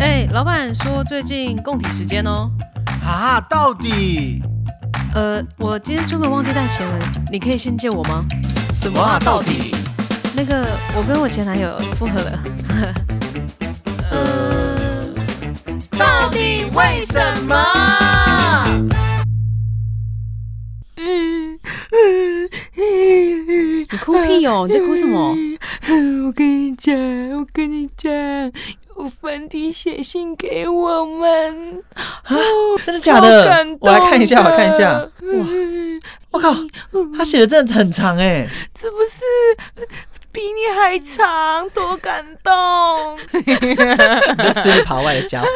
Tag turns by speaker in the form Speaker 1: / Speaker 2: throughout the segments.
Speaker 1: 哎、老板说最近供体时间哦。
Speaker 2: 啊，到底
Speaker 1: 呃，我今天出门忘记带钱了，你可以先借我吗？
Speaker 2: 什么啊？到底？
Speaker 1: 那个，我跟我前男友复合了。呃，
Speaker 2: 到底为什么？
Speaker 1: 你哭屁 哦！你在哭什么？
Speaker 3: 我跟你讲，我跟你讲，有粉底写信给我们，
Speaker 4: 啊
Speaker 3: 哦
Speaker 4: 真的假的
Speaker 3: 超感动？
Speaker 4: 我来看一下，我来看一下。
Speaker 3: 嗯
Speaker 4: 我靠，他写的真的很长哎、
Speaker 3: 这不是比你还长，多感 动！
Speaker 4: 你这吃里扒外的家伙，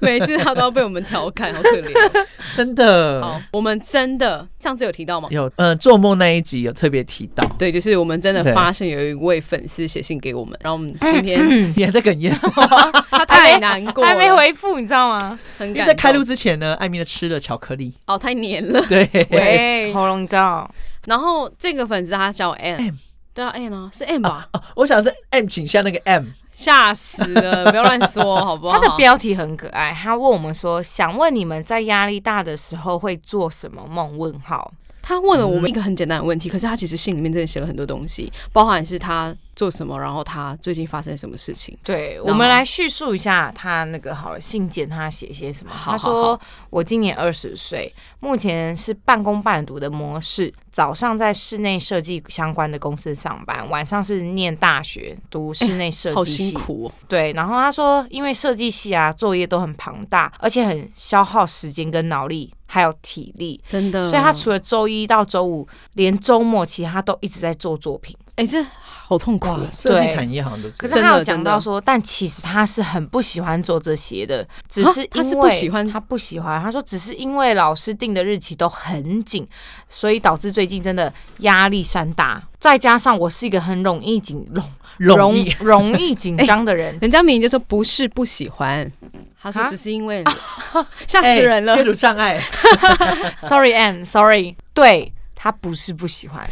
Speaker 1: 每次他都要被我们调侃，好可怜、哦
Speaker 4: 真 的。
Speaker 1: 好，我们真的上次有提到吗？
Speaker 4: 有，呃，做梦那一集有特别提到，
Speaker 1: 对，就是我们真的
Speaker 4: 对
Speaker 1: 发现有一位粉丝写信给我们，然后我们今天
Speaker 4: 你还在哽咽。
Speaker 1: 他太难过了，
Speaker 3: 还没回复，你知道吗？
Speaker 1: 很
Speaker 4: 因
Speaker 1: 感
Speaker 4: 为
Speaker 1: 动
Speaker 4: 在开录之前呢，艾米的吃了巧克力。
Speaker 1: 哦，太黏 了。
Speaker 4: 对，
Speaker 1: 喂，
Speaker 3: 喉咙罩，
Speaker 1: 然后这个粉丝他叫 M，,
Speaker 4: M
Speaker 1: 对啊 M 啊是 M 吧？
Speaker 4: 哦我想是 M 请下那个 M，
Speaker 1: 吓死了，不要乱说好不好？
Speaker 3: 他的标题很可爱，他问我们说，想问你们在压力大的时候会做什么梦？问号。
Speaker 1: 他问了我
Speaker 3: 嗯
Speaker 1: 们一个很简单的问题，可是他其实信里面真的写了很多东西，包含是他做什么，然后他最近发生什么事情。
Speaker 3: 对，
Speaker 1: 后
Speaker 3: 我们来叙述一下他那个好了，信件他写些什么？
Speaker 1: 好
Speaker 3: 他
Speaker 1: 好
Speaker 3: 说
Speaker 1: 好：“
Speaker 3: 我今年二十岁，目前是半工半读的模式，早上在室内设计相关的公司上班，晚上是念大学读室内设
Speaker 1: 好
Speaker 3: 计系。
Speaker 1: 辛苦哦，
Speaker 3: 对，然后他说，因为设计系啊，作业都很庞大，而且很消耗时间跟脑力，还有体力。
Speaker 1: 真的。
Speaker 3: 所以他除了周一到周五，连周末其实他都一直在做作品。
Speaker 1: 哎、这好痛苦哦，
Speaker 4: 设计产业好像都
Speaker 3: 可
Speaker 4: 是。
Speaker 3: 是他有
Speaker 1: 真
Speaker 3: 讲
Speaker 1: 的
Speaker 3: 到说，但其实他是很不喜欢做这些的，只
Speaker 1: 啊
Speaker 3: 是
Speaker 1: 他是
Speaker 3: 因
Speaker 1: 不
Speaker 3: 为
Speaker 1: 喜欢
Speaker 3: 他不喜欢。他说只是因为老师定的日期都很紧，所以导致最近真的压力山大。再加上我是一个很容易紧容
Speaker 4: 容易
Speaker 3: 容易紧张的 人，
Speaker 1: 人家明明就说不是不喜欢，他说
Speaker 3: 啊
Speaker 1: 只是因 为哎吓死人了
Speaker 4: 哎阅。读障碍，
Speaker 3: Sorry, Anne. Sorry，对他不是不喜欢，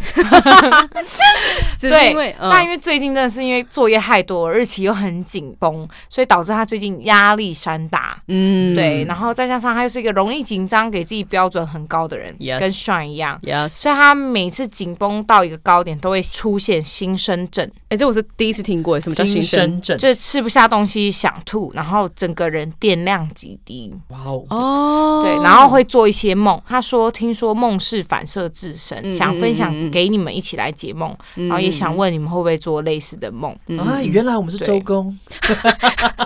Speaker 1: 只是因为，嗯
Speaker 3: 但因为最近真的是因为作业太多，日期又很紧绷，所以导致他最近压力山大。
Speaker 1: 嗯
Speaker 3: 对，然后再加上他又是一个容易紧张、给自己标准很高的人
Speaker 1: Yes
Speaker 3: 跟 Sean 一样，
Speaker 1: yes，
Speaker 3: 所以他每次紧绷到一个高点都会出现心生症，
Speaker 1: 哎、这我是第一次听过，什么叫新
Speaker 4: 新
Speaker 1: 生？
Speaker 4: 深圳，
Speaker 3: 就是吃不下东西想吐，然后整个人电量极低。
Speaker 4: 哇哦，
Speaker 1: 哦，
Speaker 3: 对，然后会做一些梦。他说：“听说梦是反射自身，
Speaker 1: 嗯
Speaker 3: 想分享
Speaker 1: 嗯嗯嗯
Speaker 3: 给你们一起来解梦。
Speaker 1: 嗯，
Speaker 3: 然后也想
Speaker 1: 嗯，
Speaker 3: 问你们会不会做类似的 梦？
Speaker 1: 嗯
Speaker 4: 啊，
Speaker 1: 嗯
Speaker 4: 原来我们是周公，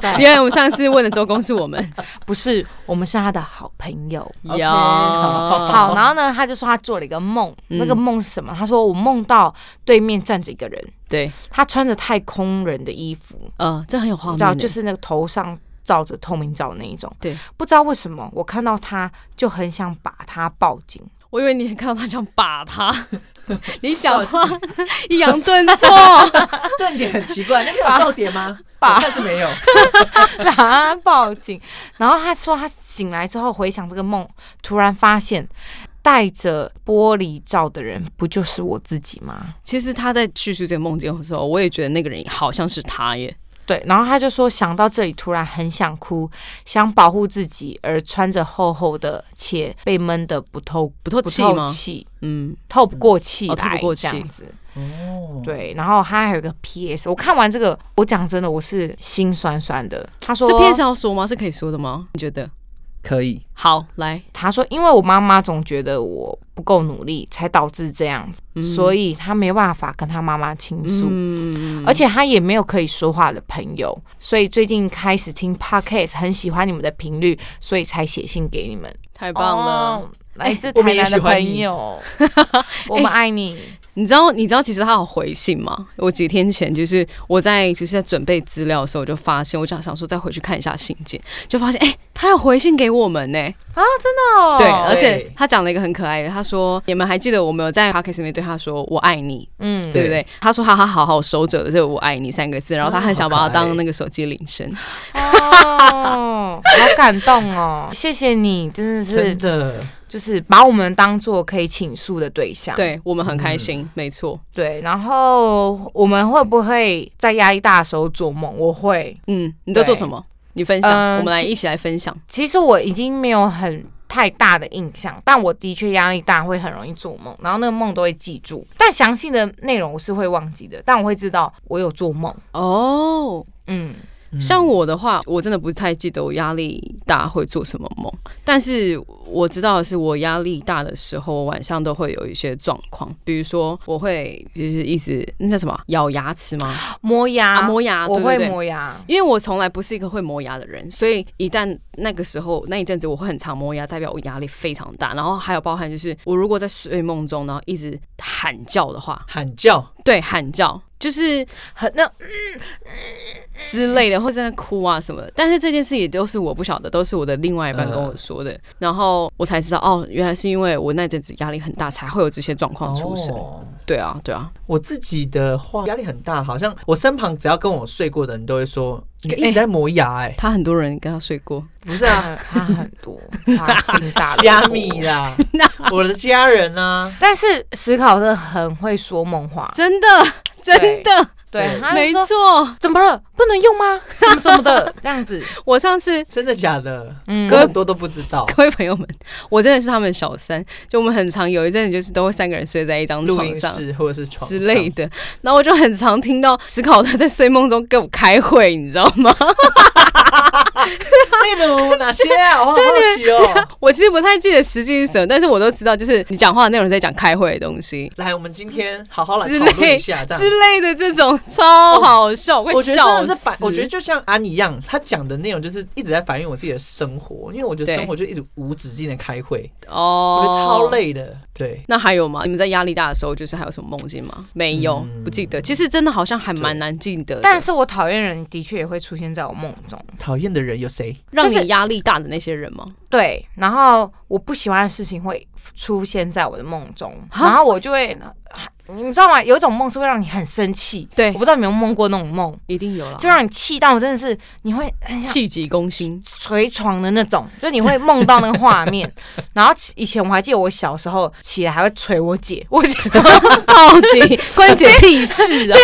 Speaker 3: 对，
Speaker 1: 原来我们上次问的周公是我们，
Speaker 3: 不是，我们是他的好朋友。
Speaker 4: OK，
Speaker 1: 呀
Speaker 4: 好
Speaker 1: 好
Speaker 3: 哦好，然后呢，他就说他做了一个梦，
Speaker 1: 嗯
Speaker 3: 那个梦是什么？他说我梦到对面站着一个人，
Speaker 1: 对，
Speaker 3: 他穿着太空人的衣服，
Speaker 1: 嗯，这很有画
Speaker 3: 你
Speaker 1: 面
Speaker 3: 知道，
Speaker 1: 欸，
Speaker 3: 就是那个头上罩着透明罩那一种。
Speaker 1: 对，
Speaker 3: 不知道为什么，我看到他就很想把他抱 紧。
Speaker 1: 我以为你看到他想把他， 你讲话 抑扬顿挫，
Speaker 4: 断点啊很奇 怪，那个有爆点吗？
Speaker 3: 爸
Speaker 4: 我看是没有，
Speaker 3: 把他抱紧。然后他说，他醒来之后回想这个梦，突然发现戴着玻璃罩的人不就是我自己吗？
Speaker 1: 其实他在叙述这个梦境的时候，我也觉得那个人好像是他耶，
Speaker 3: 对，然后他就说，想到这里突然很想哭，想保护自己，而穿着厚厚的且被闷得不透
Speaker 1: 不透
Speaker 3: 不
Speaker 1: 气
Speaker 3: 透
Speaker 1: 吗？
Speaker 3: 气，
Speaker 1: 嗯，
Speaker 3: 透不过气
Speaker 1: 哦透不
Speaker 3: 来
Speaker 1: 过
Speaker 3: 这
Speaker 1: 气
Speaker 3: 样子。
Speaker 4: 哦，
Speaker 3: 对，然后他还有一个 P.S. 我看完这个，我讲真的，我是心酸酸的。他说
Speaker 1: 这片是要说吗？是可以说的吗？你觉得？
Speaker 4: 可以，
Speaker 1: 好，来，
Speaker 3: 他说，因为我妈妈总觉得我不够努力，才导致这样子，所
Speaker 1: 以
Speaker 3: 以他没办法跟他妈妈倾诉。
Speaker 1: 嗯
Speaker 3: 而且他也没有可以说话的朋友，所以最近开始听 podcast，很喜欢你们的频率，所以才写信给你们。
Speaker 1: 太棒了。
Speaker 3: 哦，来自
Speaker 4: 我们
Speaker 3: 台
Speaker 4: 也
Speaker 3: 南
Speaker 4: 喜
Speaker 3: 的
Speaker 4: 欢
Speaker 3: 朋
Speaker 4: 你
Speaker 3: 友，我们爱你。
Speaker 1: 你知道，你知道，其实他有回信吗？我几天前就是我在就是在准备资料的时候，我就发现，我想想说再回去看一下信件，就发现哎、他有回信给我们呢、
Speaker 3: 哦
Speaker 1: 对，而且
Speaker 4: 对
Speaker 1: 他讲了一个很可爱的，他说你们还记得我们有在 p o d c a s 里面对他说我爱你，
Speaker 3: 嗯，
Speaker 1: 对不对？他说他好好好守着这个我爱你三个字，然后他很想把它
Speaker 4: 好可爱
Speaker 1: 当那个手机铃声。
Speaker 3: 哦，好感动哦，谢谢你，真的是
Speaker 4: 真的，
Speaker 3: 就是把我们当做可以倾诉的对象。
Speaker 1: 对我们很开心，没错，
Speaker 3: 对，然后我们会不会在压力大的时候做梦？我会，
Speaker 1: 嗯，你都做什么？你分享，
Speaker 3: 嗯
Speaker 1: 我们来
Speaker 3: 其
Speaker 1: 一起来分享。
Speaker 3: 其实我已经没有很太大的印象，但我的确压力大会很容易做梦，然后那个梦都会记住，但详细的内容我是会忘记的，但我会知道我有做梦。
Speaker 1: 哦，
Speaker 3: 嗯，
Speaker 1: 像我的话，我真的不太记得我压力大会做什么梦，但是我知道的是，我压力大的时候，我晚上都会有一些状况，比如说我会就是一直那叫什么咬牙齿吗？
Speaker 3: 磨牙，
Speaker 1: 啊，磨牙，
Speaker 3: 我
Speaker 1: 对
Speaker 3: 会
Speaker 1: 对对
Speaker 3: 磨牙。
Speaker 1: 因为我从来不是一个会磨牙的人，所以一旦那个时候那一阵子我会很常磨牙，代表我压力非常大。然后还有包含就是嗯我如果在睡梦中，然后一直喊叫的话，
Speaker 4: 喊叫，
Speaker 1: 对，喊叫就是
Speaker 3: 很那
Speaker 1: 之类的，或者在那哭啊什么的。但是这件事也都是我不晓得，都是我的另外一半跟我说
Speaker 3: 哦
Speaker 1: 的，然后我才知道哦，原来是因为我那阵子压力很大，才会有这些状况出生。
Speaker 4: 哦
Speaker 1: 对啊，对啊，
Speaker 4: 我自己的话压力很大，好像我身旁只要跟我睡过的人都会说你一直在磨牙、欸，哎、
Speaker 1: 他很多人跟他睡过，
Speaker 4: 不是啊，
Speaker 3: 他很多，他心大 的
Speaker 4: 虾米啦， 我的家人啊，
Speaker 3: 但是史考特很会说梦话，
Speaker 1: 真的，真的，
Speaker 3: 对，啊他
Speaker 1: 没
Speaker 3: 就说
Speaker 1: 错。
Speaker 3: 怎么了？不能用吗？什么什么的这样子，
Speaker 1: 我上次
Speaker 4: 真的假的？
Speaker 3: 嗯
Speaker 4: 我，很多都不知道。
Speaker 1: 各位朋友们，我真的是他们小三，就我们很常有一阵子就是都会三个人睡在一张
Speaker 4: 录音
Speaker 1: 床上。
Speaker 4: 室或者是床
Speaker 1: 之类的，然后我就很常听到史考特在睡梦中跟我开会，你知道吗？
Speaker 4: 上，例如 哪些啊？我好好奇哦。
Speaker 1: 我其实不太记得实际是什么，但是我都知道，就是你讲话的内容在讲开会的东西
Speaker 4: 来，我们今天好好来
Speaker 1: 之
Speaker 4: 讨论
Speaker 1: 类
Speaker 4: 一下，这
Speaker 1: 之
Speaker 4: 样。
Speaker 1: 类的这种，超好笑，我
Speaker 4: 我
Speaker 1: 快
Speaker 4: 觉得
Speaker 1: 笑
Speaker 4: 真的是
Speaker 1: 死
Speaker 4: 反，。我觉得就像安妮一样，她讲的内容就是一直在反映我自己的生活，因为我觉得
Speaker 1: 对
Speaker 4: 生活就一直无止境的开会，我
Speaker 1: 哦
Speaker 4: 觉得超。累的。对，
Speaker 1: 那还有吗？你们在压力大的时候，就是还有什么梦境吗？没有，
Speaker 4: 嗯
Speaker 1: 不记得。其实真的好像还蛮难记得的，
Speaker 3: 但是我讨厌人的确也会出现在我梦中，
Speaker 4: 讨厌的人有谁？
Speaker 1: 让
Speaker 3: 就是
Speaker 1: 你压力大的那些人吗？
Speaker 3: 对，然后我不喜欢的事情会出现在我的梦中，
Speaker 1: 哈
Speaker 3: 然后我就会，你们知道吗？有一种梦是会让你很生气，
Speaker 1: 对哦
Speaker 3: 我不知道你们有没有梦过那种梦，
Speaker 1: 一定有啦，
Speaker 3: 就让你气到真的是你会很想
Speaker 1: 气急攻心。
Speaker 3: 捶床的那种，就你会梦到那个画面。 然后以前我还记得我小时候起来还会捶我姐，我姐
Speaker 1: 到底关姐屁事啊？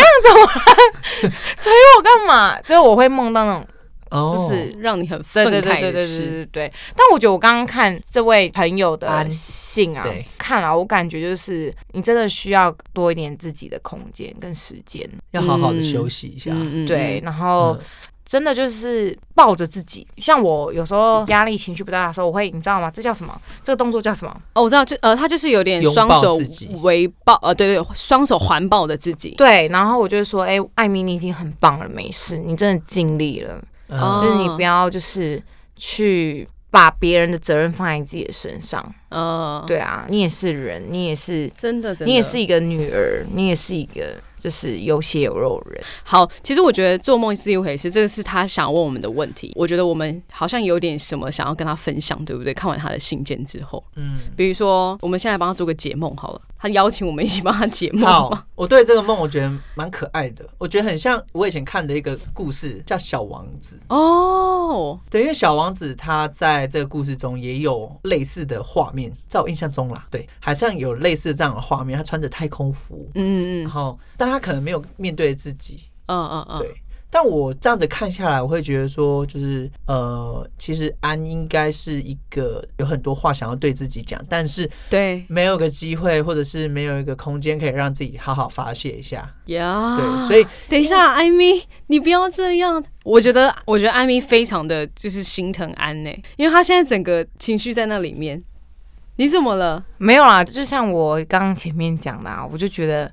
Speaker 3: 捶我干嘛？就是我会梦到那种，
Speaker 4: 哦，
Speaker 3: 就是。
Speaker 1: 让你很愤
Speaker 3: 对对对
Speaker 1: 慨
Speaker 3: 对对
Speaker 1: 的
Speaker 3: 对对
Speaker 1: 事，
Speaker 3: 对对，但我觉得我刚刚看这位朋友的
Speaker 4: 安
Speaker 3: 信啊
Speaker 4: 对，
Speaker 3: 看了我感觉就是你真的需要多一点自己的空间跟时间，
Speaker 4: 要好好的
Speaker 1: 嗯
Speaker 4: 休息一下。
Speaker 1: 嗯
Speaker 3: 对，，然后
Speaker 4: 哦，
Speaker 3: 真的就是抱着自己。像我有时
Speaker 1: 嗯
Speaker 3: 候压力情绪不大的时候，我会你知道吗？这叫什么？这个动作叫什么？
Speaker 1: 哦，我知道，就呃，他就是有点
Speaker 4: 拥
Speaker 1: 双
Speaker 4: 抱
Speaker 1: 手
Speaker 4: 自己
Speaker 1: 围抱，呃，对对，双手环抱的自己，
Speaker 3: 对，然后我就说，哎、艾米，你已经很棒了，没事，你真的尽力了，
Speaker 4: 嗯
Speaker 1: 哦
Speaker 3: 就是你不要就是去把别人的责任放在自己的身上。
Speaker 1: 呃，，
Speaker 3: 对啊，你也是人，你也是，
Speaker 1: 真的，真的，
Speaker 3: 你也是一个女儿，你也是一个就是有血有肉的人。
Speaker 1: 好。其实我觉得做梦是一回事，这个是他想问我们的问题。我觉得我们好像有点什么想要跟他分享，对不对？看完他的信件之后，
Speaker 4: 嗯，
Speaker 1: 比如说，我们现在帮他做个解梦好了，他邀请我们一起帮他解梦吗
Speaker 4: 好，我对这个梦我觉得蛮可爱的，我觉得很像我以前看的一个故事，叫《小王子》。
Speaker 1: 哦，
Speaker 4: 对，因为小王子他在这个故事中也有类似的画面，在我印象中啦，对，好像有类似这样的画面，他穿着太空服，
Speaker 1: 嗯
Speaker 4: 然
Speaker 1: 嗯
Speaker 4: 后但他可能没有面对自己，
Speaker 1: 嗯嗯嗯，
Speaker 4: 对。但我这样子看下来，我会觉得说，就是呃，其实安应该是一个有很多话想要对自己讲，但是
Speaker 1: 对
Speaker 4: 没有个机会，或者是没有一个空间可以让自己好好发泄 一下。
Speaker 1: 呀，
Speaker 4: 对，所以
Speaker 1: 等一下，艾米，你不要这样。我觉得，我觉得艾米非常的就是心疼安呢、因为她现在整个情绪在那里面。你怎么了？
Speaker 3: 没有啦，就像我刚刚前面讲的、啊，我就觉得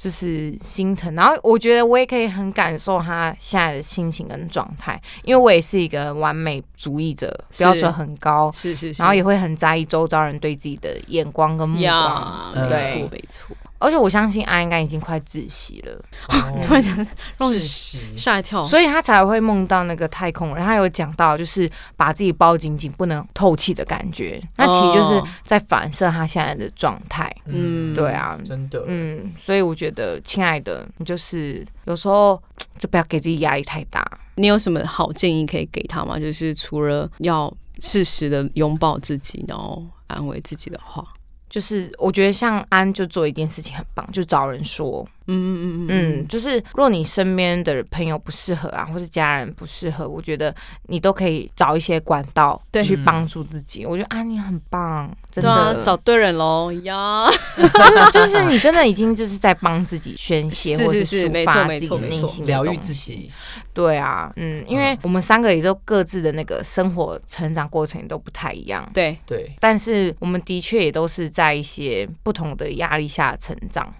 Speaker 3: 就是心疼，然后我觉得我也可以很感受他现在的心情跟状态，因为我也是一个完美主义者，
Speaker 1: 是
Speaker 3: 标准很高，
Speaker 1: 是是是，
Speaker 3: 然后也会很在意周遭人对自己的眼光跟目光，
Speaker 1: 呀，
Speaker 4: 嗯
Speaker 1: 没错
Speaker 3: 对
Speaker 1: 没错。
Speaker 3: 而且我相信安应该已经快窒息了，
Speaker 4: 哦
Speaker 1: 突然想让
Speaker 4: 窒
Speaker 1: 你
Speaker 4: 息，
Speaker 1: 吓一跳，
Speaker 3: 所以他才会梦到那个太空人。他有讲到就是把自己包紧紧，不能透气的感觉，那其实就是
Speaker 1: 哦
Speaker 3: 在反射他现在的状态。
Speaker 4: 嗯，
Speaker 1: 嗯，
Speaker 3: 对，啊，
Speaker 4: 真的，
Speaker 3: 嗯，所以我觉得，亲爱的，你就是有时候就不要给自己压力太大。
Speaker 1: 你有什么好建议可以给他吗？就是除了要适时的拥抱自己，然后安慰自己的话。
Speaker 3: 就是我觉得像安就做一件事情很棒，就找人说，
Speaker 1: 嗯嗯嗯
Speaker 3: 嗯，就是若你身边的朋友不适合啊，或是家人不适合，我觉得你都可以找一些管道
Speaker 1: 对嗯
Speaker 3: 去帮助自己。我觉得安妮很棒，真
Speaker 1: 对啊
Speaker 3: 的，，
Speaker 1: 找对人喽呀！
Speaker 3: 就是就是你真的已经就是在帮自己宣 泄，
Speaker 1: 是
Speaker 3: 或
Speaker 1: 是
Speaker 3: 者
Speaker 1: 是
Speaker 3: 抒
Speaker 1: 没错
Speaker 3: 发
Speaker 1: 没
Speaker 3: 自己
Speaker 1: 错没
Speaker 3: 内
Speaker 1: 错
Speaker 3: 心的
Speaker 4: 疗愈
Speaker 3: 东
Speaker 4: 自
Speaker 3: 西
Speaker 4: 己，
Speaker 3: 对啊，嗯，因为我们三个也都各自的那个生活成长过程都不太一样，
Speaker 1: 对，
Speaker 4: 对，
Speaker 3: 但是我们的确也都是在一些不同的压力下成长。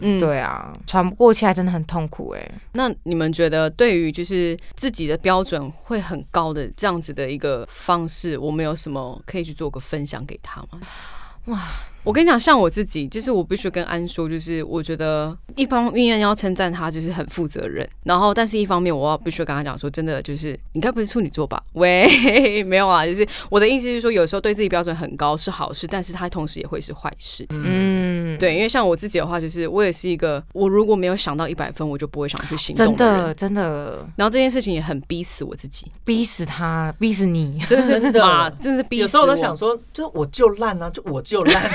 Speaker 1: 嗯，。
Speaker 3: 对啊，喘不过气来真的很痛苦哎、
Speaker 1: 那你们觉得，对于就是自己的标准会很高的这样子的一个方式，我们有什么可以去做个分享给他吗？哇
Speaker 3: 哇！
Speaker 1: 我跟你讲，像我自己，就是我必须跟安说，就是我觉得一方面要称赞他，就是很负责任，然后但是一方面我要必须跟他讲说，真的就是你该不是处女座吧？ 喂，没有啊，就是我的意思是说，有时候对自己标准很高是好事，但是它同时也会是坏事。
Speaker 3: 嗯，，
Speaker 1: 对，因为像我自己的话，就是我也是一个，我如果没有想到一百分，我就不会想去行
Speaker 3: 真
Speaker 1: 动人
Speaker 3: 的真的
Speaker 1: 然后这件事情也很逼死我自己，
Speaker 3: 逼死他了，逼死你。
Speaker 1: 真的是
Speaker 4: 真的
Speaker 1: 妈真的是逼死
Speaker 4: 有时候我都想，说，就是我就烂啊，就我 就烂，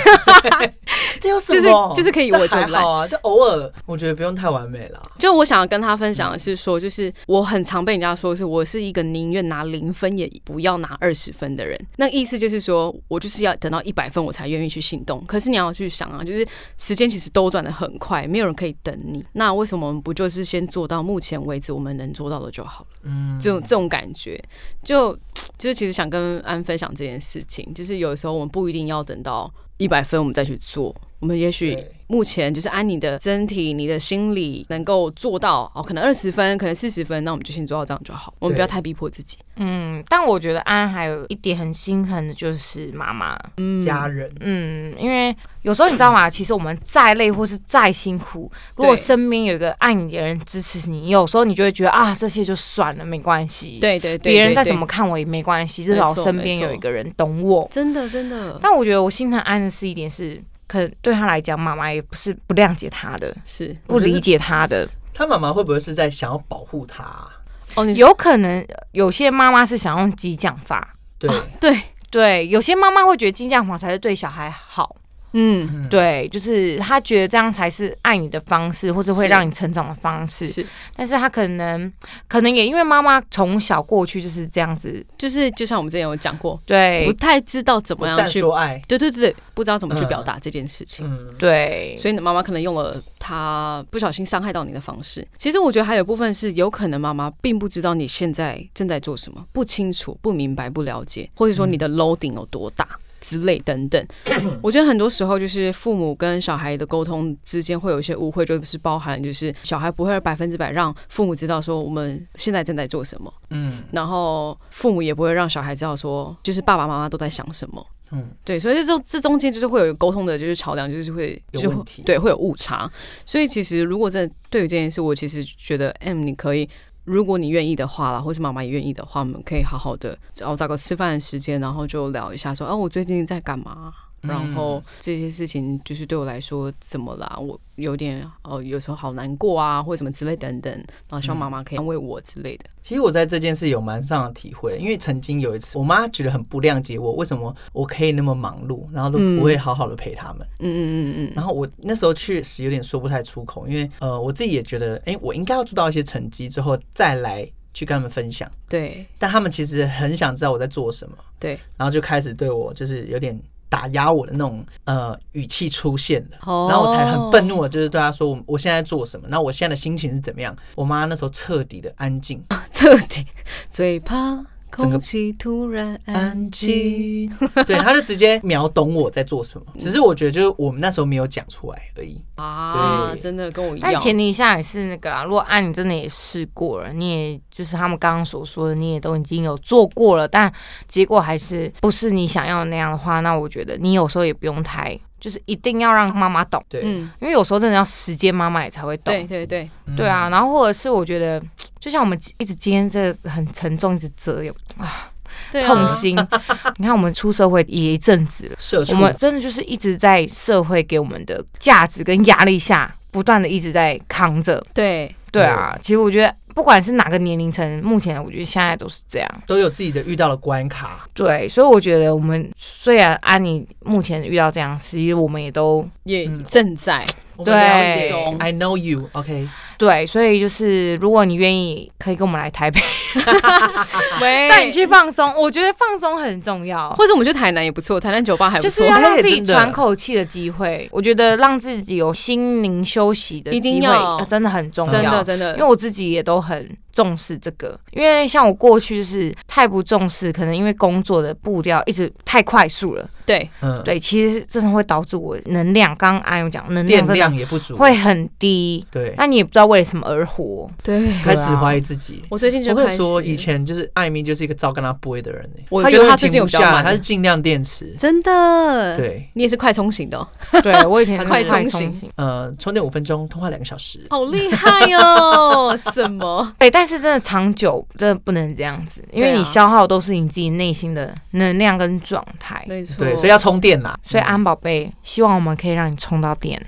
Speaker 4: 这有什
Speaker 1: 就是
Speaker 4: 么？
Speaker 1: 就是可以
Speaker 4: 这
Speaker 1: 我就
Speaker 4: 还
Speaker 1: 烂
Speaker 4: 好。啊，这偶尔我觉得不用太完美啦。
Speaker 1: 就我想要跟他分享的是说，就是我很常被人家说是我是一个宁愿拿零分也不要拿二十分的人。那意思就是说我就是要等到一百分我才愿意去行动。可是你要去想啊，就是时间其实兜转的很快，没有人可以等你。那为什么我们不就是先做到目前为止我们能做到的就好了？
Speaker 4: 嗯，
Speaker 1: 这种这种感觉，就就是其实想跟安分享这件事情，就是有时候我们不一定要等到一百分我们再去做，我们也许
Speaker 4: 对
Speaker 1: 目前就是按你的身体、你的心理能够做到哦，可能二十分，可能四十分，那我们就先做到这样就好，我们不要太逼迫自己。
Speaker 3: 嗯，但我觉得安还有一点很心疼的就是妈妈。
Speaker 1: 嗯
Speaker 4: 家人
Speaker 3: 嗯，因为有时候你知道 吗？其实我们再累或是再辛苦，如
Speaker 1: 对
Speaker 3: 果身边有一个爱你的人支持你，有时候你就会觉得啊，这些就算了，没关系。。
Speaker 1: 对对对，
Speaker 3: 别人
Speaker 1: 对
Speaker 3: 再
Speaker 1: 对
Speaker 3: 怎么看我也没关系，至
Speaker 1: 没
Speaker 3: 少
Speaker 1: 错
Speaker 3: 身
Speaker 1: 没
Speaker 3: 边有
Speaker 1: 错
Speaker 3: 一个人懂我。
Speaker 1: 真的真的
Speaker 3: 但我觉得我心疼安的是一点是，可能对他来讲，妈妈也不是不谅解他的，
Speaker 1: 是
Speaker 3: 不理解他的。
Speaker 4: 他妈妈会不会是在想要保护他啊？
Speaker 1: 哦，你
Speaker 3: 有可能呃有些妈妈是想用激将法，
Speaker 4: 对，
Speaker 1: 对，
Speaker 3: 对，有些妈妈会觉得激将法才是对小孩好，
Speaker 1: 嗯
Speaker 4: 嗯，
Speaker 3: 对，就是她觉得这样才是爱你的方式，或是会
Speaker 1: 是
Speaker 3: 让你成长的方式。
Speaker 1: 是，
Speaker 3: 但是她可能，可能也因为妈妈从小过去就是这样子，
Speaker 1: 就是就像我们之前有讲过，不
Speaker 3: 对
Speaker 1: 太知道怎
Speaker 4: 不
Speaker 1: 么样
Speaker 4: 善
Speaker 1: 去，
Speaker 4: 说爱。
Speaker 1: 对对对对，不知道怎么去
Speaker 4: 嗯
Speaker 1: 表达这件事情。
Speaker 4: 嗯，
Speaker 3: 对，
Speaker 1: 所以你的妈妈可能用了她不小心伤害到你的方式。其实我觉得还有部分是有可能妈妈并不知道你现在正在做什么，不清楚、不明白、不了解，或者说你的 loading 有多大。之类等等，我觉得很多时候就是父母跟小孩的沟通之间会有一些误会，就是包含就是小孩不会百分之百让父母知道说我们现在正在做什么，
Speaker 4: 嗯
Speaker 1: 然后父母也不会让小孩知道说就是爸爸妈妈都在想什么，
Speaker 4: 嗯，
Speaker 1: 对，所以这中这中间就是会有沟通的，就是桥梁，就是会
Speaker 4: 有
Speaker 1: 就是会
Speaker 4: 问题
Speaker 1: 对，会有误差。所以其实如果真的对于这件事，我其实觉得 M 你可以，如果你愿意的话啦，或是妈妈也愿意的话，我们可以好好的，然后找个吃饭的时间，然后就聊一下说，啊，我最近在干嘛。
Speaker 4: 嗯
Speaker 1: 然后这些事情就是对我来说怎么啦？我有点哦、呃有时候好难过啊，或者什么之类等等。然后希
Speaker 4: 嗯
Speaker 1: 望妈妈可以安慰我之类的。
Speaker 4: 其实我在这件事有蛮上的体会，因为曾经有一次，我妈觉得很不谅解我，为什么我可以那么忙碌，然后都不会好好的陪他们。
Speaker 1: 嗯嗯嗯嗯
Speaker 4: 然后我那时候确实有点说不太出口，因为呃，我自己也觉得，哎、我应该要做到一些成绩之后再来去跟他们分享。
Speaker 1: 嗯，对
Speaker 4: 但他们其实很想知道我在做什么，
Speaker 1: 对。
Speaker 4: 然后就开始对我就是有点打压我的那种呃语气出现了。
Speaker 1: 哦
Speaker 4: 然后我才很愤怒的，就是对他说我我现在在做什么，然后我现在的心情是怎么样。我妈那时候彻底的安静，
Speaker 1: 彻底，最怕
Speaker 4: 整个
Speaker 1: 空气突然安静。。 嗯
Speaker 4: 对，他就直接秒懂我在做什么。只是我觉得，就是我们那时候没有讲出来而已。
Speaker 1: 啊，
Speaker 4: 对
Speaker 1: 真的跟我一样。
Speaker 3: 但前提下也是那个啦，如果啊按你真的也试过了，你也就是他们刚刚所说的，你也都已经有做过了，但结果还是不是你想要的那样的话，那我觉得你有时候也不用太，就是一定要让妈妈懂，
Speaker 4: 对，
Speaker 1: 嗯，
Speaker 3: 因为有时候真的要时间妈妈也才会懂。
Speaker 1: 对对对，
Speaker 4: 嗯
Speaker 3: 对啊，，然后或者是我觉得，就像我们一直今天这个很沉重，一直遮有
Speaker 1: 对啊
Speaker 3: 痛。心。你看我们出社会也一阵子了。
Speaker 4: 社
Speaker 3: 我
Speaker 4: 畜，
Speaker 3: 们真的就是一直在社会给我们的价值跟压力下，不断的一直在扛着。
Speaker 1: 对，
Speaker 3: 对啊，其实我觉得不管是哪个年龄层，目前我觉得现在都是这样。
Speaker 4: 都有自己的遇到的关卡，
Speaker 3: 对，所以我觉得我们虽然安妮目前遇到这样的事，其实我们也都
Speaker 1: 也
Speaker 4: 嗯
Speaker 1: 正在哎
Speaker 4: 我们了解
Speaker 3: 对
Speaker 1: 中
Speaker 4: I know you，OK，、
Speaker 3: 对，所以就是如果你愿意，可以跟我们来台北，
Speaker 1: 喂
Speaker 3: 带你去放松。我觉得放松很重要。
Speaker 1: 或者我们去台南也不错，台南酒吧还不
Speaker 3: 就
Speaker 1: 错
Speaker 3: 是。要让自
Speaker 4: 哎
Speaker 3: 己
Speaker 4: 真的
Speaker 3: 喘口气的机会，我觉得让自己有心灵休息的
Speaker 1: 一定
Speaker 3: 机会，
Speaker 1: 要
Speaker 3: 呃真的很重要。
Speaker 1: 真的真的
Speaker 3: 因为，我自己也都很重视这个，因为像我过去是太不重视，可能因为工作的步调一直太快速了，
Speaker 1: 对，
Speaker 4: 嗯，，
Speaker 3: 对，其实真的会导致我能量，刚刚安有讲能量
Speaker 4: 电
Speaker 3: 真
Speaker 4: 量
Speaker 3: 的
Speaker 4: 也不足，
Speaker 3: 会很低，
Speaker 1: 哎
Speaker 4: 对，
Speaker 3: 那你也不知道为什么 而活，
Speaker 1: 对
Speaker 4: 开始怀疑自己。
Speaker 1: 我最近就
Speaker 4: 我跟
Speaker 1: 开
Speaker 4: 你
Speaker 1: 始
Speaker 4: 说，以前就是艾米就是一个照跟他播的人、欸，
Speaker 1: 我
Speaker 4: 他
Speaker 1: 觉得
Speaker 4: 永远
Speaker 1: 他最近
Speaker 4: 停
Speaker 1: 有
Speaker 4: 不
Speaker 1: 比较
Speaker 4: 下来，
Speaker 1: 慢
Speaker 4: 他是尽量电池，
Speaker 1: 真的，，
Speaker 4: 对，
Speaker 1: 你也是快充型的哦，
Speaker 3: 对我以前
Speaker 1: 快
Speaker 3: 真的
Speaker 1: 充
Speaker 3: 充
Speaker 1: 型
Speaker 3: 型，
Speaker 4: 呃，充电五分钟，通话两个小时，
Speaker 1: 好厉害哦！什么？
Speaker 3: 哎、但是真的长久真的不能这样子，因为
Speaker 1: 对啊
Speaker 3: 你消耗都是你自己内心的能量跟状态。
Speaker 1: 没错，
Speaker 4: 对，所以要充电啦。
Speaker 3: 所以安宝贝，希望我们可以让你充到电，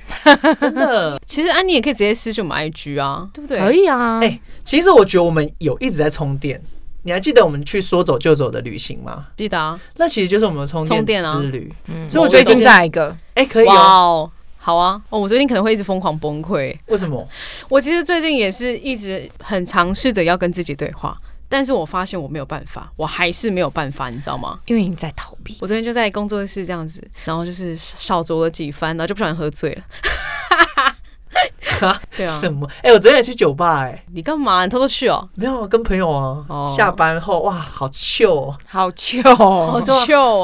Speaker 4: 真的，
Speaker 1: 其实安妮也可以直接私讯我们 IG 啊，对不对？
Speaker 3: 可以啊。
Speaker 4: 哎其实我觉得我们有一直在充电。你还记得我们去说走就走的旅行吗？
Speaker 1: 记得啊，
Speaker 4: 那其实就是我们的充
Speaker 1: 充电
Speaker 4: 电
Speaker 1: 啊
Speaker 4: 之旅。
Speaker 3: 嗯
Speaker 4: 所以我觉
Speaker 3: 最
Speaker 4: 得
Speaker 3: 近在一个，
Speaker 4: 哎、可以
Speaker 1: 哇
Speaker 4: 哦。
Speaker 1: 哦。好啊，哦，我最近可能会一直疯狂崩溃。
Speaker 4: 为什么？
Speaker 1: 我其实最近也是一直很尝试着要跟自己对话，但是我发现我没有办法，我还是没有办法，你知道吗？
Speaker 3: 因为你在逃避。
Speaker 1: 我昨天就在工作室这样子，然后就是少酌了几番，然后就不小心喝醉了。 对啊，
Speaker 4: 什么？哎、我昨天也去酒吧、哎，
Speaker 1: 你干嘛？你偷偷去哦，
Speaker 4: 没有啊跟朋友啊，
Speaker 1: 哦
Speaker 4: 下班后哇，好秀、哦，
Speaker 3: 好糗、
Speaker 1: 好
Speaker 3: 哦，
Speaker 1: 糗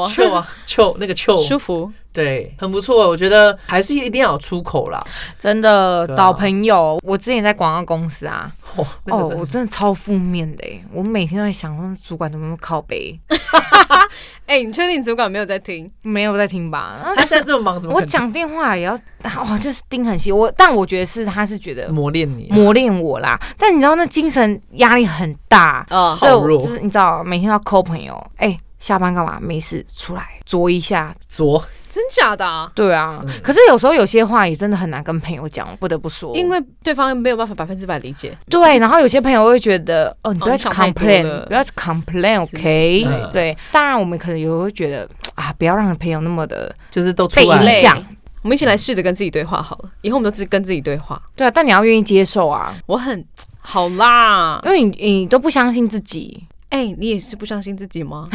Speaker 1: 啊，
Speaker 4: 秀啊，秀那个秀，
Speaker 1: 舒服。
Speaker 4: 对，很不错。我觉得还是一定要有出口啦。
Speaker 3: 真的
Speaker 4: 对啊
Speaker 3: 找朋友。我之前在广告公司啊，
Speaker 4: 哦，那
Speaker 3: 哦
Speaker 4: 个，真
Speaker 3: 我
Speaker 4: 的是
Speaker 3: 真的超负面的欸耶，我每天都在想，那主管怎么那么靠背？
Speaker 1: 哎、你确定你主管没有在听？
Speaker 3: 没有在听吧？啊
Speaker 4: 他现在这么忙，怎么
Speaker 3: 我
Speaker 4: 可能
Speaker 3: 讲电话也要，哦，就是盯很细。我但我觉得是他是觉得
Speaker 4: 磨练你？啊
Speaker 3: 磨练我啦，但你知道那精神压力很大，
Speaker 1: 啊、
Speaker 3: 所以
Speaker 4: 好
Speaker 3: 我
Speaker 4: 弱
Speaker 3: 就是你知道每天要抠朋友，哎、下班干嘛？没事出来酌一下。
Speaker 4: 左
Speaker 1: 真假的、啊？
Speaker 3: 对啊，
Speaker 4: 嗯
Speaker 3: 可是有时候有些话也真的很难跟朋友讲，我不得不说，
Speaker 1: 因为对方没有办法百分之百理解。
Speaker 3: 对，然后有些朋友会觉得，哦，你不要
Speaker 1: 哦你
Speaker 3: 去
Speaker 1: 想太多
Speaker 3: complain，
Speaker 1: 了
Speaker 3: 不要去 complain，OK？、
Speaker 4: 是嗯
Speaker 3: 对，当然我们可能也会觉得啊，不要让朋友那么的
Speaker 4: 就是都出
Speaker 3: 被
Speaker 4: 来
Speaker 3: 影
Speaker 4: 了
Speaker 1: 累
Speaker 3: 响，
Speaker 1: 我们一起来试着跟自己对话好了，以后我们都只跟自己对话。
Speaker 3: 对啊，但你要愿意接受啊，
Speaker 1: 我很好啦，
Speaker 3: 因为你你都不相信自己，
Speaker 1: 哎、你也是不相信自己吗？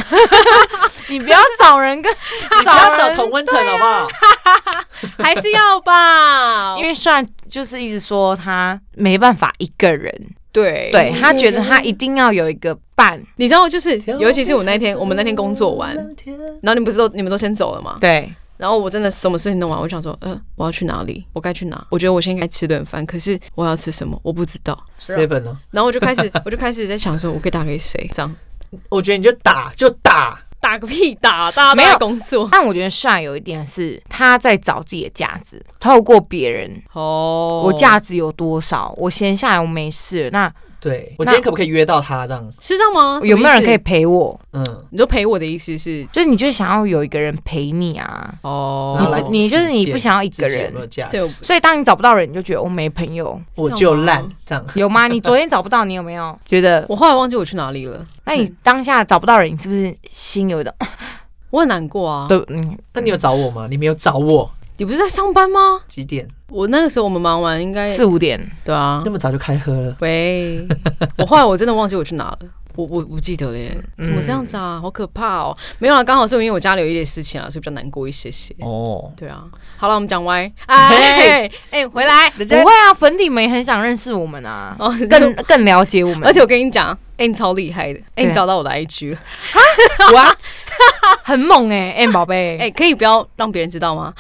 Speaker 3: 你不要找人跟
Speaker 4: 不要找
Speaker 3: 人
Speaker 4: 同温层好 不好？
Speaker 1: 还是要吧？
Speaker 3: 因为虽然就是一直说他没办法一个人，
Speaker 1: 对
Speaker 3: 对他觉得他一定要有一个伴，
Speaker 1: 你知道，就是尤其是我那天，啊我们那天工作完，然后你不是都你们都先走了吗？
Speaker 3: 对，
Speaker 1: 然后我真的什么事情弄完，我就想说，呃，我要去哪里？我该去哪？我觉得我先应该吃顿饭，可是我要吃什么？我不知道。
Speaker 4: seven 啊呢？
Speaker 1: 然后我就开 始，我就开始在想说，我可以打给谁？这样
Speaker 4: 我觉得你就打就打，
Speaker 1: 打个屁打，大家
Speaker 3: 没
Speaker 1: 都
Speaker 3: 有
Speaker 1: 在工作。
Speaker 3: 但我觉得帅有一点是他在找自己的价值，透过别人。
Speaker 1: 哦
Speaker 3: 我价值有多少？我闲下来我没事了，那
Speaker 4: 对我今天可不可以约到他这样？
Speaker 1: 是这样吗？
Speaker 3: 有没有人可
Speaker 1: 什么意
Speaker 3: 以
Speaker 1: 思？
Speaker 3: 陪我？
Speaker 4: 嗯，
Speaker 1: 你就陪我的意思是
Speaker 3: 就是你就想要有一个人陪你啊，
Speaker 1: 哦
Speaker 4: 然后来
Speaker 3: 你就是你
Speaker 4: 体现
Speaker 3: 不想要一个
Speaker 4: 自己有
Speaker 3: 人
Speaker 4: 没，有价
Speaker 1: 对
Speaker 4: 值？
Speaker 3: 所以当你找不到人，你就觉得我没朋友，
Speaker 4: 我就
Speaker 1: 哦
Speaker 4: 烂这样。
Speaker 3: 有吗？你昨天找不到，你有没有觉得？
Speaker 1: 我后来忘记我去哪里了，
Speaker 3: 那你当下找不到人，你是不是心有的？
Speaker 1: 我很难过啊。
Speaker 3: 对，嗯，
Speaker 4: 那你有找我吗？你没有找我，
Speaker 1: 你不是在上班吗？
Speaker 4: 几点？
Speaker 1: 我那个时候我们忙完应该
Speaker 3: 四五点，
Speaker 1: 对啊
Speaker 4: 那。么早就开喝了？
Speaker 1: 喂，我后来我真的忘记我去哪了。我我不记得了耶，
Speaker 4: 嗯
Speaker 1: 怎么这样子啊？好可怕哦！没有啦，刚好是因为我家里有一点事情啊，所以比较难过一些些。
Speaker 4: 哦，
Speaker 1: 对啊，好了，我们讲歪。哎哎，回来，
Speaker 4: 人
Speaker 3: 不
Speaker 4: 家
Speaker 3: 会啊，粉底们也很想认识我们啊，
Speaker 1: 哦，
Speaker 3: 更更了解我们，
Speaker 1: 而且我跟你讲，哎、你超厉害的，哎、
Speaker 3: 对
Speaker 4: 啊
Speaker 1: 你找到我的 IG 了，
Speaker 4: what？
Speaker 3: 很猛哎、欸，M 宝贝，
Speaker 1: 哎、可以不要让别人知道 吗？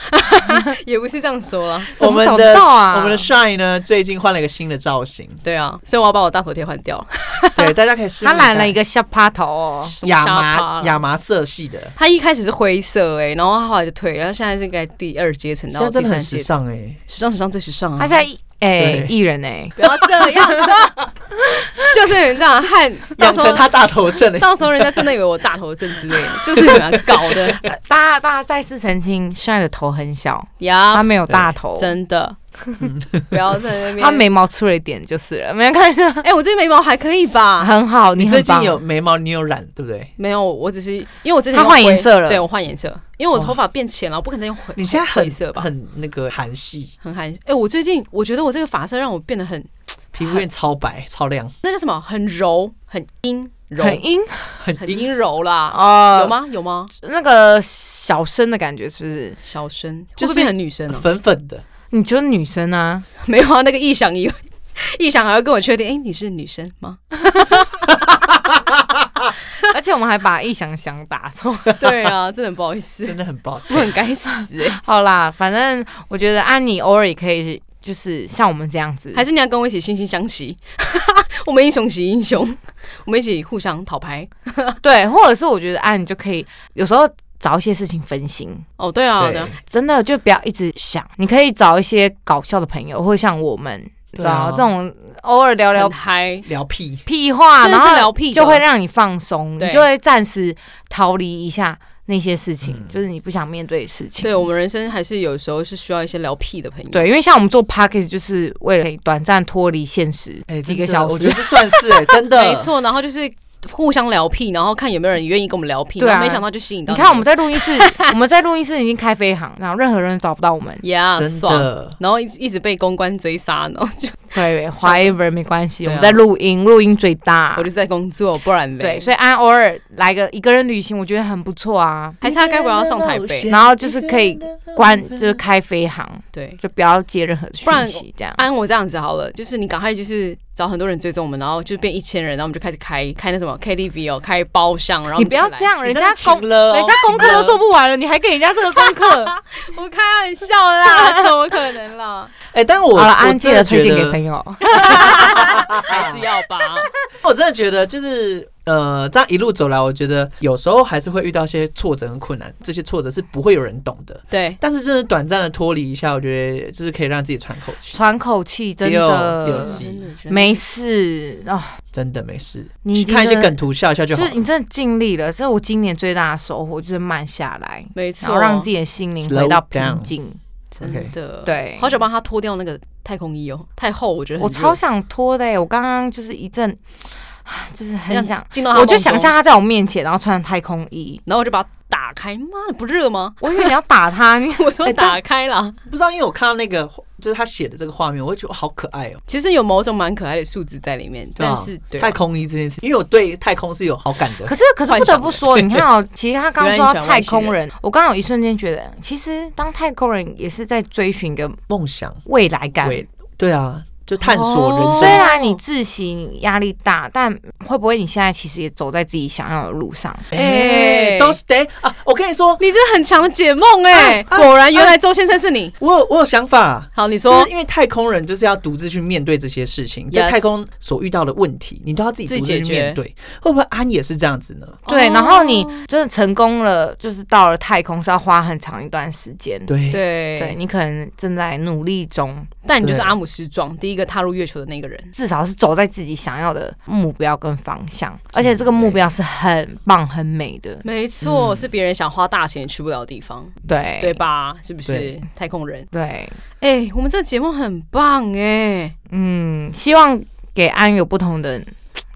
Speaker 1: 也不是这样说啦，
Speaker 3: 怎
Speaker 4: 我
Speaker 3: 么
Speaker 4: 们
Speaker 3: 找得
Speaker 4: 的
Speaker 3: 到啊？
Speaker 4: 我们的 Shine 呢，最近换了一个新的造 型，
Speaker 1: 对啊，所以我要把我大头贴换掉。
Speaker 4: 哦对，大家可以试。
Speaker 3: 他染了一
Speaker 4: 个
Speaker 3: 个下巴头、哦，
Speaker 1: 什么
Speaker 4: 亚
Speaker 1: 沙发
Speaker 4: 麻
Speaker 1: 啦
Speaker 4: 亚麻色系的，
Speaker 1: 他一开始是灰色哎、然后他后来就退了，然后现在是应该第二阶层
Speaker 4: 现
Speaker 1: 到
Speaker 4: 在真
Speaker 1: 第三
Speaker 4: 的很时
Speaker 1: 阶，
Speaker 4: 尚哎。
Speaker 1: 时尚时尚最时尚啊！
Speaker 3: 他现在一哎
Speaker 4: 对
Speaker 3: 艺人哎、
Speaker 1: 不要这样说， 就是有人这样汗，到
Speaker 4: 养
Speaker 1: 时候
Speaker 4: 成他大头症欸了，
Speaker 1: 到时候人家真的以为我大头症之类的，就是你们搞的
Speaker 3: 呃大家大家再次澄清，帅的头很小，
Speaker 1: 呀
Speaker 3: 他没有大头，
Speaker 1: 真的。 不要在那边。
Speaker 3: 他眉毛粗了一点就是了，没有看一下，
Speaker 1: 哎、我这眉毛还可以吧？
Speaker 3: 很好，你
Speaker 4: 你
Speaker 3: 很
Speaker 4: 最近
Speaker 3: 棒
Speaker 4: 有眉毛，你有染对不对？
Speaker 1: 没有，我只是因为我之前
Speaker 3: 他
Speaker 1: 用
Speaker 3: 换颜
Speaker 1: 灰
Speaker 3: 色了
Speaker 1: 对我换颜色，因为我头发变浅了，我不可能再用灰。
Speaker 4: 你现在很
Speaker 1: 灰色吧？
Speaker 4: 很那个韩系，
Speaker 1: 很韩。哎、我最近我觉得我这个发色让我变得很
Speaker 4: 皮肤变超白超亮，
Speaker 1: 那叫什么？很柔，很阴柔，
Speaker 3: 很阴
Speaker 4: 很
Speaker 1: 很
Speaker 4: 阴。
Speaker 1: 阴柔啦。
Speaker 3: 哦，
Speaker 1: 有？吗？有吗？
Speaker 3: 那个小生的感觉是不是？
Speaker 1: 小生
Speaker 4: 就
Speaker 1: 会
Speaker 4: 是
Speaker 1: 不会变成女生呢、
Speaker 4: 粉粉的，
Speaker 3: 你觉得女生 啊？
Speaker 1: 没有啊，那个异想以为。异想还会跟我确定，哎、你是女生 吗？
Speaker 3: 而且我们还把异想想打错。
Speaker 1: 对啊，真的很不好意思，
Speaker 4: 真的很棒。
Speaker 1: 我 很该死哎、
Speaker 3: 好啦，反正我觉得安妮偶尔也可以，就是像我们这样子，
Speaker 1: 还是你要跟我一起惺惺相惜， 我们英雄惜英雄，我们一起互相讨牌。
Speaker 3: 对，或者是我觉得安妮就可以有时候找一些事情分心。
Speaker 1: 哦，对啊，对啊，
Speaker 3: 真的就不要一直想，你可以找一些搞笑的朋友，或者像我们，
Speaker 4: 对啊
Speaker 3: 找这种偶尔聊聊
Speaker 1: 很嗨，
Speaker 4: 聊屁，
Speaker 3: 屁话，
Speaker 1: 真的
Speaker 3: 然
Speaker 1: 是
Speaker 3: 后
Speaker 1: 聊屁的
Speaker 3: 就会让你放松，
Speaker 1: 对
Speaker 3: 你就会暂时逃离一下那些事情，
Speaker 4: 嗯
Speaker 3: 就是你不想面对的事情。
Speaker 1: 对我们人生还是有时候是需要一些聊屁的朋友。
Speaker 3: 对，因为像我们做 p o d c a s t 就是为了可以短暂脱离现实
Speaker 4: 哎，
Speaker 3: 几个
Speaker 4: 真的
Speaker 3: 小
Speaker 4: 我觉得
Speaker 3: 时。
Speaker 4: 这算是
Speaker 3: 欸
Speaker 4: 哎，真的
Speaker 1: 没。错，然后就是互相聊屁，然后看有没有人愿意跟我们聊屁。
Speaker 3: 对啊
Speaker 1: 然后没想到就吸引到
Speaker 3: 你看我们
Speaker 1: 在
Speaker 3: 在录音室，我们在录音室已经开飞航，然后任何人都找不到我们。
Speaker 1: 呀，
Speaker 4: 真
Speaker 1: 爽。
Speaker 4: 的，
Speaker 1: 然后一直一直被公关追杀，然后就
Speaker 3: 对，whatever 没关系，我
Speaker 1: 对啊
Speaker 3: 们在录音，录音最大
Speaker 1: 我。就是在工作，不然嘞
Speaker 3: 对，所以安偶尔来个一个人旅行，我觉得很不错啊。
Speaker 1: 还是他该不会要上台北？
Speaker 3: 然后就是可以关，就是开飞航，
Speaker 1: 对，
Speaker 3: 就不要接任何
Speaker 1: 不然
Speaker 3: 讯息，这样。
Speaker 1: 按我这样子好了，就是你赶快就是找很多人追踪我们，然后就变一千人，然后我们就开始开开那什么 KTV 哦，开包厢，然后
Speaker 3: 你不要
Speaker 1: 我们就
Speaker 3: 这样，人
Speaker 4: 你真
Speaker 3: 家
Speaker 4: 的
Speaker 3: 功
Speaker 4: 请了哦，
Speaker 3: 人家功课都做不完了，你还给人家这个功课？
Speaker 1: 来，我开玩笑的 啦，怎么可能啦？
Speaker 4: 哎，但我
Speaker 3: 好了，
Speaker 4: 我
Speaker 3: 安
Speaker 4: 真
Speaker 3: 静
Speaker 4: 的
Speaker 3: 的推荐
Speaker 4: 觉
Speaker 3: 给
Speaker 4: 得
Speaker 3: 朋友。
Speaker 1: 还是 要吧，
Speaker 4: 我真的觉得就是呃，这样一路走来，我觉得有时候还是会遇到一些挫折跟困难，这些挫折是不会有人懂的。
Speaker 1: 对，
Speaker 4: 但是真的短暂的脱离一下，我觉得就是可以让自己喘口气，
Speaker 3: 喘口气，真
Speaker 4: 对
Speaker 3: 的
Speaker 4: 对真
Speaker 3: 没事哦。
Speaker 4: 真的没事。
Speaker 3: 你已
Speaker 4: 去
Speaker 3: 经
Speaker 4: 看一些
Speaker 3: 真的
Speaker 4: 梗图笑一下就
Speaker 3: 就
Speaker 4: 好
Speaker 3: 是
Speaker 4: 了
Speaker 3: 你。真的尽力了，这是我今年最大的收获，就是慢下来，
Speaker 1: 没
Speaker 3: 然后
Speaker 1: 错，
Speaker 3: 让自己的心灵
Speaker 4: Slow
Speaker 3: 回到
Speaker 4: down
Speaker 3: 平静。
Speaker 1: 真的
Speaker 3: 对
Speaker 1: 好想帮他脱掉那个太空衣哦，太厚，我觉得很
Speaker 3: 我
Speaker 1: 热
Speaker 3: 超想脱的耶，欸我刚刚就是一阵，啊就是很想，
Speaker 1: 进到他
Speaker 3: 我就
Speaker 1: 梦中
Speaker 3: 想象，他在我面前，然后穿太空衣，
Speaker 1: 然后我就把它打开，妈的不热吗？
Speaker 3: 我以为你要打他，你
Speaker 1: 我说
Speaker 4: 哎但
Speaker 1: 打开啦，
Speaker 4: 不知道，因为我看到那个就是他写的这个画面，我会觉得好可爱哦、
Speaker 1: 其实有某种蛮可爱的数字在里面，
Speaker 4: 对啊
Speaker 1: 但是对啊
Speaker 4: 太空衣这件事，因为我对太空是有好感 的
Speaker 3: 可。是，可是不得不说，你看哦，其实他刚刚说到太空
Speaker 1: 原
Speaker 3: 人， 我刚刚有一瞬间觉得，其实当太空人也是在追寻一个
Speaker 4: 梦想，
Speaker 3: 未来感。
Speaker 4: 对对啊，就探索人
Speaker 1: 哦
Speaker 3: 虽
Speaker 4: 生。
Speaker 3: 然你窒息、你压力大，但会不会你现在其实也走在自己想要的路上？
Speaker 4: 哎、
Speaker 1: 哎
Speaker 4: 都是得啊！我跟你说，
Speaker 1: 你这很强的解梦哎、
Speaker 4: 啊啊
Speaker 1: 果然原来周先生是你。
Speaker 4: 我有我有想法。
Speaker 1: 好，你
Speaker 4: 就
Speaker 1: 说
Speaker 4: 是因为太空人就是要独自去面对这些事情，
Speaker 1: Yes
Speaker 4: 在太空所遇到的问题，你都要自己独
Speaker 1: 自己
Speaker 4: 自
Speaker 1: 解
Speaker 4: 去
Speaker 1: 决
Speaker 4: 面对。会不会安也是这样子呢？
Speaker 3: 对，
Speaker 1: 哦
Speaker 3: 然后你真的成功了，就是到了太空是要花很长一段时间。
Speaker 4: 对，
Speaker 1: 嗯对
Speaker 3: 对，你可能正在努力中，
Speaker 1: 但你就是
Speaker 4: 对
Speaker 1: 阿姆斯壮第一个踏入月球的那个人。
Speaker 3: 至少是走在自己想要的目标跟方向，而且这个目标是很棒、很美的。
Speaker 1: 没错，
Speaker 4: 嗯
Speaker 1: 是别人想花大钱也去不了的地方，
Speaker 3: 对，
Speaker 1: 对？吧？是不是
Speaker 4: 对
Speaker 1: 太空人？
Speaker 3: 对，
Speaker 1: 哎、我们这个节目很棒哎、
Speaker 3: 嗯，希望给安有不同的
Speaker 1: 一个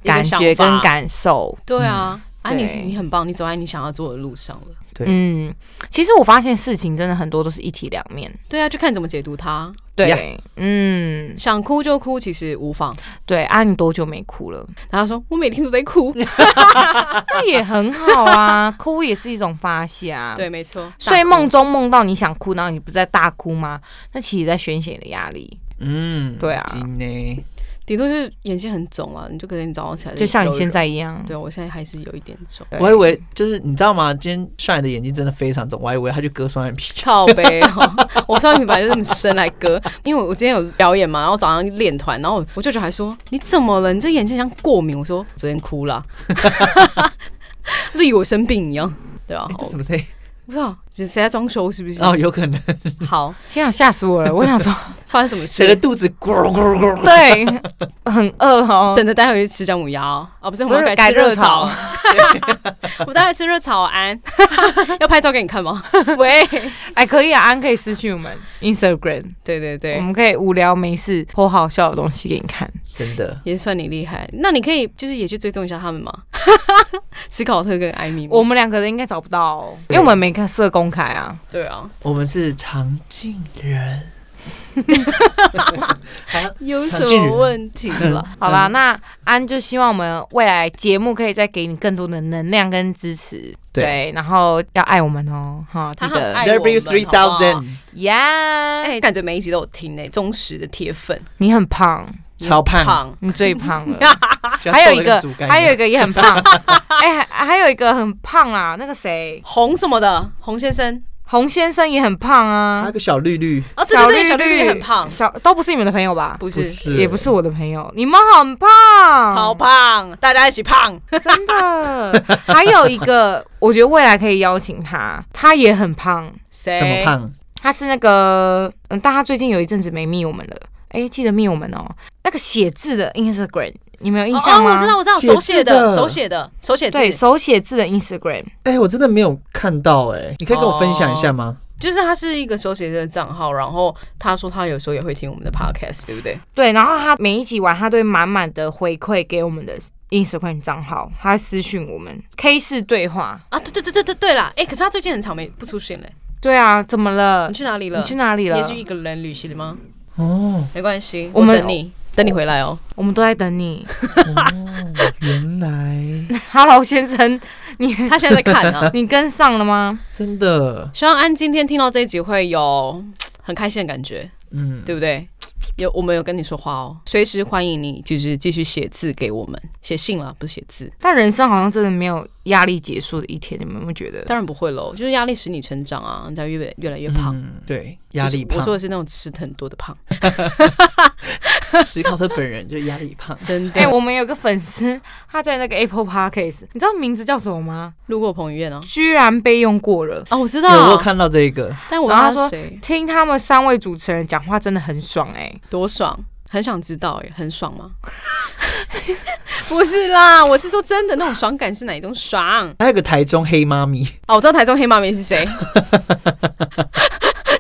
Speaker 3: 感
Speaker 1: 想
Speaker 3: 觉跟
Speaker 1: 法。
Speaker 3: 感受。
Speaker 1: 对啊，啊你
Speaker 3: 对
Speaker 1: 你很棒，你走在你想要做的路上了。
Speaker 4: 对
Speaker 3: 嗯，其实我发现事情真的很多都是一体两面。
Speaker 1: 对啊，就看你怎么解读它。
Speaker 3: 对
Speaker 4: Yeah
Speaker 3: 嗯，
Speaker 1: 想哭就哭，其实无妨。
Speaker 3: 对，安、你多久没哭了？
Speaker 1: 然后他说我每天都在 哭。
Speaker 3: 那也很好啊， 哭也是一种发泄啊。
Speaker 1: 对，，没错。
Speaker 3: 睡
Speaker 1: 大
Speaker 3: 梦
Speaker 1: 哭
Speaker 3: 中梦到你想哭，然后你不是在大哭吗？那其实在宣泄你的压力，
Speaker 4: 嗯，
Speaker 3: 对啊
Speaker 4: 真的
Speaker 1: 顶多就是眼睛很肿啊了，你就可能早上起来
Speaker 3: 就像你
Speaker 1: 揉一
Speaker 3: 现
Speaker 1: 揉。
Speaker 3: 在一样。
Speaker 1: 对我现在还呃是有一点肿。
Speaker 3: 对
Speaker 4: 我还以为就是你知道吗？今天帅的眼睛真的非常肿，我还以为他去割双眼 皮。
Speaker 1: 靠背哦，我双眼皮本来就这么深来割，因为我今天有表演嘛，然后早上练团，然后我舅舅还说你怎么了？你这眼睛像过敏。我说 我昨天哭了，就以为我生病一样，对吧、啊
Speaker 4: 哎、这什
Speaker 1: 我
Speaker 4: 么声音？
Speaker 1: 不知道谁在装修是不是？
Speaker 4: 哦，有可能
Speaker 1: 好，
Speaker 3: 天啊，吓死我了！我想说，
Speaker 1: 发生什么
Speaker 4: 谁的
Speaker 1: 事？
Speaker 4: 肚子咕噜咕噜咕噜，
Speaker 3: 对，很饿哦。
Speaker 1: 等着待会去吃姜母鸭哦，哦不是，我
Speaker 3: 不是
Speaker 1: 们要
Speaker 3: 改
Speaker 1: 吃热
Speaker 3: 热炒
Speaker 1: 炒。 我们待会吃热炒，安 要拍照给你看吗？喂，
Speaker 3: 哎，可以啊，安可以私讯我们 Instagram，
Speaker 1: 对对
Speaker 3: 我
Speaker 4: 嗯
Speaker 1: 对，
Speaker 3: 们可以无聊没事泼好笑的东西给你看。
Speaker 4: 真的。
Speaker 1: 也算你厉害。那你可以就是也去追踪一下他们吗？ 斯考特跟艾米吗，
Speaker 3: 我们两个人应该找不到、哦，因为我们没看社公开啊。
Speaker 1: 对啊，
Speaker 4: 我们是常进人，
Speaker 1: 有什
Speaker 4: 常进
Speaker 1: 么
Speaker 4: 人
Speaker 1: 问题啦？
Speaker 3: 好啦，那安就希望我们未来节目可以再给你更多的能量跟支持，
Speaker 4: 对
Speaker 3: 然后要爱我们哦，哈，记
Speaker 1: 他很
Speaker 3: 得
Speaker 1: 爱
Speaker 4: There
Speaker 1: 我们哦
Speaker 4: be
Speaker 1: 好不好
Speaker 4: thousand，
Speaker 3: 呀，
Speaker 1: 哎，感觉每一集都有听呢，忠实的铁粉，
Speaker 3: 你很胖，
Speaker 4: 超胖，
Speaker 1: 胖
Speaker 3: 你嗯最胖 了。
Speaker 4: 就要
Speaker 3: 还有
Speaker 4: 瘦
Speaker 3: 一
Speaker 4: 了
Speaker 3: 个
Speaker 4: 主，干
Speaker 3: 还有一
Speaker 4: 样
Speaker 3: 个也很 胖，哎、还还有一个很胖啦，那个谁，
Speaker 1: 红什么的，红先生
Speaker 3: 洪先生也很胖
Speaker 4: 还有
Speaker 3: 啊
Speaker 4: 一，个小绿绿，
Speaker 1: 哦，对对对，小
Speaker 3: 绿
Speaker 1: 绿绿也很胖，
Speaker 3: 小都不是你们的朋友吧？
Speaker 1: 不
Speaker 4: 不
Speaker 1: 是
Speaker 4: 是
Speaker 3: 也不是我嗯的朋友，你们很胖，
Speaker 1: 超，胖，大家一起胖，
Speaker 3: 真的。还有一个，我觉得未来可以邀请他，他也很胖，
Speaker 1: 谁哦
Speaker 4: 什么？胖，
Speaker 3: 他是那个，嗯，但他最近有一阵子没密我们了，哎、记得密我们哦。那个写字的 Instagram，你们有印象
Speaker 1: 哦，
Speaker 3: 吗？
Speaker 1: 我知道，我知道，
Speaker 4: 写
Speaker 1: 手写
Speaker 4: 字
Speaker 1: 的，
Speaker 4: 的
Speaker 1: 手写的，手写字，
Speaker 3: 对，手写字的 Instagram，
Speaker 4: 哎，我真的没有看到哎，你可以
Speaker 3: 哦
Speaker 4: 跟我分享一下吗？
Speaker 1: 就是他是一个手写字的账号，然后他说他有时候也会听我们的 podcast，对不对？
Speaker 3: 对，然后他每一集完，他都会满满的回馈给我们的 Instagram 账号，他会私讯我们 K 式对话。
Speaker 1: 啊，对对对对对对啦，哎，可是他最近很长没不出现嘞，
Speaker 3: 对啊，怎么了
Speaker 1: 你？去哪里了？
Speaker 3: 你去哪里了
Speaker 1: 也？是一个人旅行了吗？
Speaker 4: 哦，
Speaker 1: 没关系，
Speaker 3: 我
Speaker 1: 我
Speaker 3: 们
Speaker 1: 等你，等你回来 哦。
Speaker 3: 我们都在等你。
Speaker 4: 原来
Speaker 3: Hello，先生， 你，
Speaker 1: 他现在在看啊
Speaker 3: 你跟上了吗？
Speaker 4: 真的，
Speaker 1: 希望安今天听到这一集会有很开心的感觉，
Speaker 4: 嗯，
Speaker 1: 对不对？有我们有跟你说话哦，随时欢迎你，就是继续写字给我们，写信啦，不是写字，
Speaker 3: 但人生好像真的没有压力结束的一天，你们有没有觉得？
Speaker 1: 当然不会喽，就是压力使你成长啊，你才越越来越胖。
Speaker 4: 嗯，对，压力
Speaker 1: 就是我
Speaker 4: 胖
Speaker 1: 说，的是那种吃很多的胖，，
Speaker 4: 史考特本人就是压力 胖
Speaker 1: 真的。
Speaker 3: 哎、我们有个粉丝，他在那个 Apple Podcast，你知道名字叫什么吗？
Speaker 1: 路过彭于晏啊，
Speaker 3: 居然被用过了。
Speaker 1: 啊，我知
Speaker 4: 有我有
Speaker 1: 道，
Speaker 4: 看到这个，
Speaker 1: 但我
Speaker 3: 然后
Speaker 1: 他
Speaker 3: 他说
Speaker 1: 谁
Speaker 3: 听他们三位主持人讲话真的很爽哎、
Speaker 1: 多爽，很想知道哎，很爽 吗？不是啦，我是说真的，那种爽感是哪一种爽？
Speaker 4: 还有个台中黑妈咪，
Speaker 1: 哦，我知道台中黑妈咪是 谁，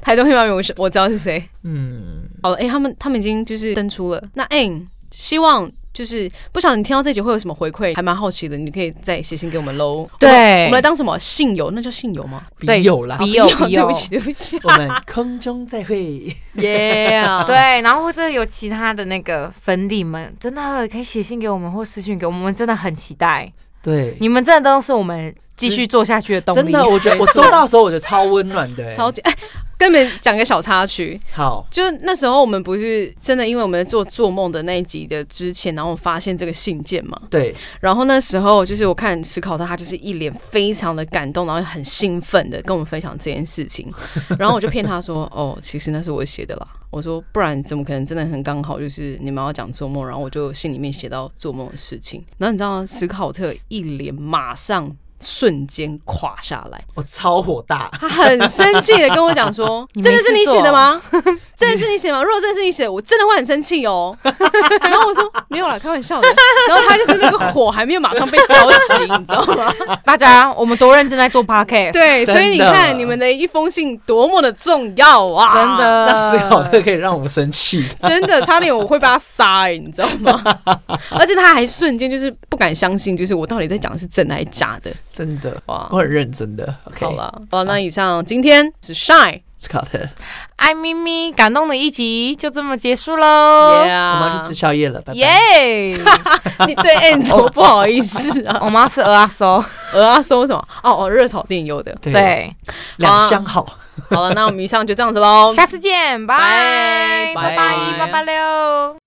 Speaker 1: 台中黑妈咪我是我知道是谁。
Speaker 4: 嗯，
Speaker 1: 好了，哎、他们他们已经就是登出了，那哎、希望。就是不晓得你听到这集会有什么回馈，还蛮好奇的，你可以再写信给我们喽。我
Speaker 3: 对
Speaker 1: 们来当什么信友？那叫信友吗？
Speaker 3: 对
Speaker 4: 笔友啦，
Speaker 3: 笔友
Speaker 1: 啊
Speaker 3: 笔友
Speaker 1: 对不起，对不起。
Speaker 4: 我 们空中再会，
Speaker 1: 耶、
Speaker 3: 对，然后或者有其他的那个粉底们，真的可以写信给我们或私信给我们，我们真的很期待。
Speaker 4: 对，
Speaker 3: 你们真的都是我们继续做下去的动力。
Speaker 4: 真的，我觉得我收到的时候我觉得超温暖的、欸，
Speaker 1: 超级哎，跟你们讲个小插曲，
Speaker 4: 好，
Speaker 1: 就那时候我们不是真的，因为我们在做做梦的那一集的之前，然后我发现这个信件嘛，
Speaker 4: 对，
Speaker 1: 然后那时候就是我看史考特，他就是一脸非常的感动，然后很兴奋的跟我们分享这件事情，然后我就骗他说，哦，其实那是我写的啦。我说，不然怎么可能真的很刚好？就是你们要讲做梦，然后我就心里面写到做梦的事情。然后你知道，史考特一脸马上瞬间垮下来，
Speaker 4: 我超火大，
Speaker 1: 他很生气的跟我讲 说
Speaker 3: 你：“没
Speaker 1: 真的是你写的
Speaker 4: 啊
Speaker 1: 吗？ 真的
Speaker 4: 你
Speaker 1: 是你写的吗？如果真的是你写的，我真的会很生气哦。” 然后我说：“没有啦，开玩笑的。”然后他就是那个火还没有马上被浇熄，你知道 吗？
Speaker 3: 大家，我们多认真在做 podcast，
Speaker 1: 对，
Speaker 4: 真的
Speaker 1: 所以你看你们的一封信多么的重要啊！
Speaker 3: 真，
Speaker 4: 那 思考
Speaker 3: 的。
Speaker 4: 特可以让我生气，
Speaker 1: 真的，差点我会被他杀、欸，你知道吗？ 而且他还瞬间就是不敢相信，就是我到底在讲的是真的还是假的
Speaker 4: 真的，
Speaker 1: 哇！
Speaker 4: 我很认真的，OK，
Speaker 1: 好了，好，那以上今天是 Shine，
Speaker 4: 思考特，
Speaker 3: 爱咪咪感动的一集就这么结束喽，
Speaker 4: 哦我
Speaker 1: 我
Speaker 4: 们要去吃宵夜了，拜拜。
Speaker 3: 耶！
Speaker 1: 你对 N 多不好意思啊。
Speaker 3: 我们要吃鹅啊烧，
Speaker 1: 鹅啊，收什么？哦哦，热炒店有的。
Speaker 4: 对，
Speaker 3: 对，
Speaker 4: 两相好，
Speaker 1: 好了，那我们以上就这样子喽。
Speaker 3: 下次见，拜
Speaker 1: 拜
Speaker 3: 拜拜一
Speaker 1: 拜
Speaker 3: 八八六。